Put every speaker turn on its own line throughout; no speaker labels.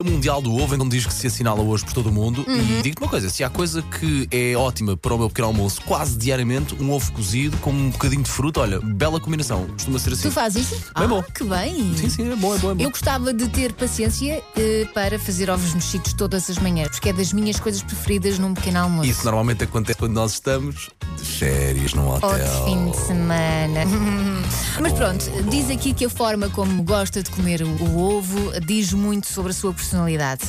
O Mundial do Ovo é um disco que se assinala hoje por todo o mundo.
Uhum.
E digo-te uma coisa: se há coisa que é ótima para o meu pequeno almoço, quase diariamente, um ovo cozido com um bocadinho de fruta, olha, bela combinação. Costuma ser assim.
Tu fazes isso? Ah,
bom.
Que bem.
Sim, sim, é bom, é bom, é bom.
Eu gostava de ter paciência eh, para fazer ovos mexidos todas as manhãs, porque é das minhas coisas preferidas num pequeno almoço.
Isso normalmente acontece quando nós estamos de férias num
Ou de fim
hotel.
de semana. Mas pronto, diz aqui que a forma como gosta de comer o, o ovo diz muito sobre a sua personalidade.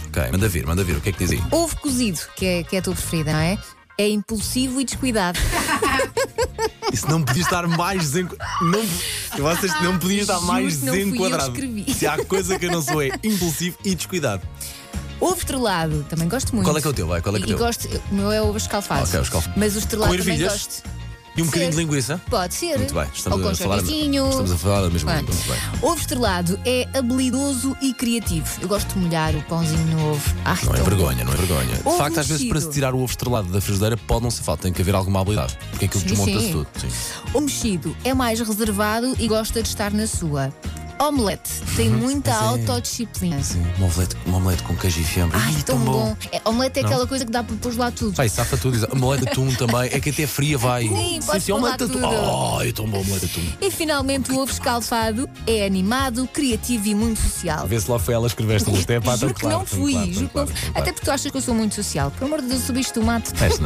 Ok, manda vir, manda vir, o que é que diz aí?
Ovo cozido, que é, que é a tua preferida, não é? É impulsivo e descuidado.
Isso não podia estar mais desenqu... não Vocês não podiam estar mais
Ah, Juro que não fui eu que
desenquadrado.
escrevi.
Se há coisa que eu não sou é impulsivo e descuidado.
Ovo estrelado, também gosto muito.
Qual é que é o teu? Vai, qual é que é o
E
teu?
gosto, o meu é ovo escalfado.
Ok, o escalfado.
Mas o estrelado
Com
também
ervilhas?
gosto.
E um bocadinho de
Sim.
linguiça?
Pode ser.
Muito bem, estamos
Ou com
a falar.
sorvetinho.
Estamos a falar da mesma
Claro.
língua. Muito bem.
Ovo estrelado é habilidoso e criativo. Eu gosto de molhar o pãozinho no ovo. Ai,
Não é
tão-
vergonha, não é vergonha.
Ovo
de facto, às vezes,
mexido.
para se tirar o ovo estrelado da frigideira, pode não ser falta, tem que haver alguma habilidade. Porque aquilo
Sim,
desmonta-se
sim.
tudo. Sim.
O mexido é mais reservado e gosta de estar na sua. Omelete tem muita
Mas é-
autodisciplina.
Um, omelete, um omelete com queijo e fiambre.
Ai,
Ih,
tão bom. É, omelete é
Não.
aquela coisa que dá para pôr lá tudo.
Vai, safa tudo. diz- Omelete de atum também. É que até fria vai. é
Sim, podes pôr lá
um omelete de atum.
tudo.
Ai, é tão bom omelete de atum.
E finalmente o ovo escalfado é animado, criativo e muito social.
Vê se lá foi ela escrever esta lista. É pá, tão
juro que
claro,
não
tão
fui.
claro, um tão
juro que não
claro, tão
fui.
claro.
Até porque tu achas que eu sou muito social. Por amor de Deus, subiste o mato.
Esta-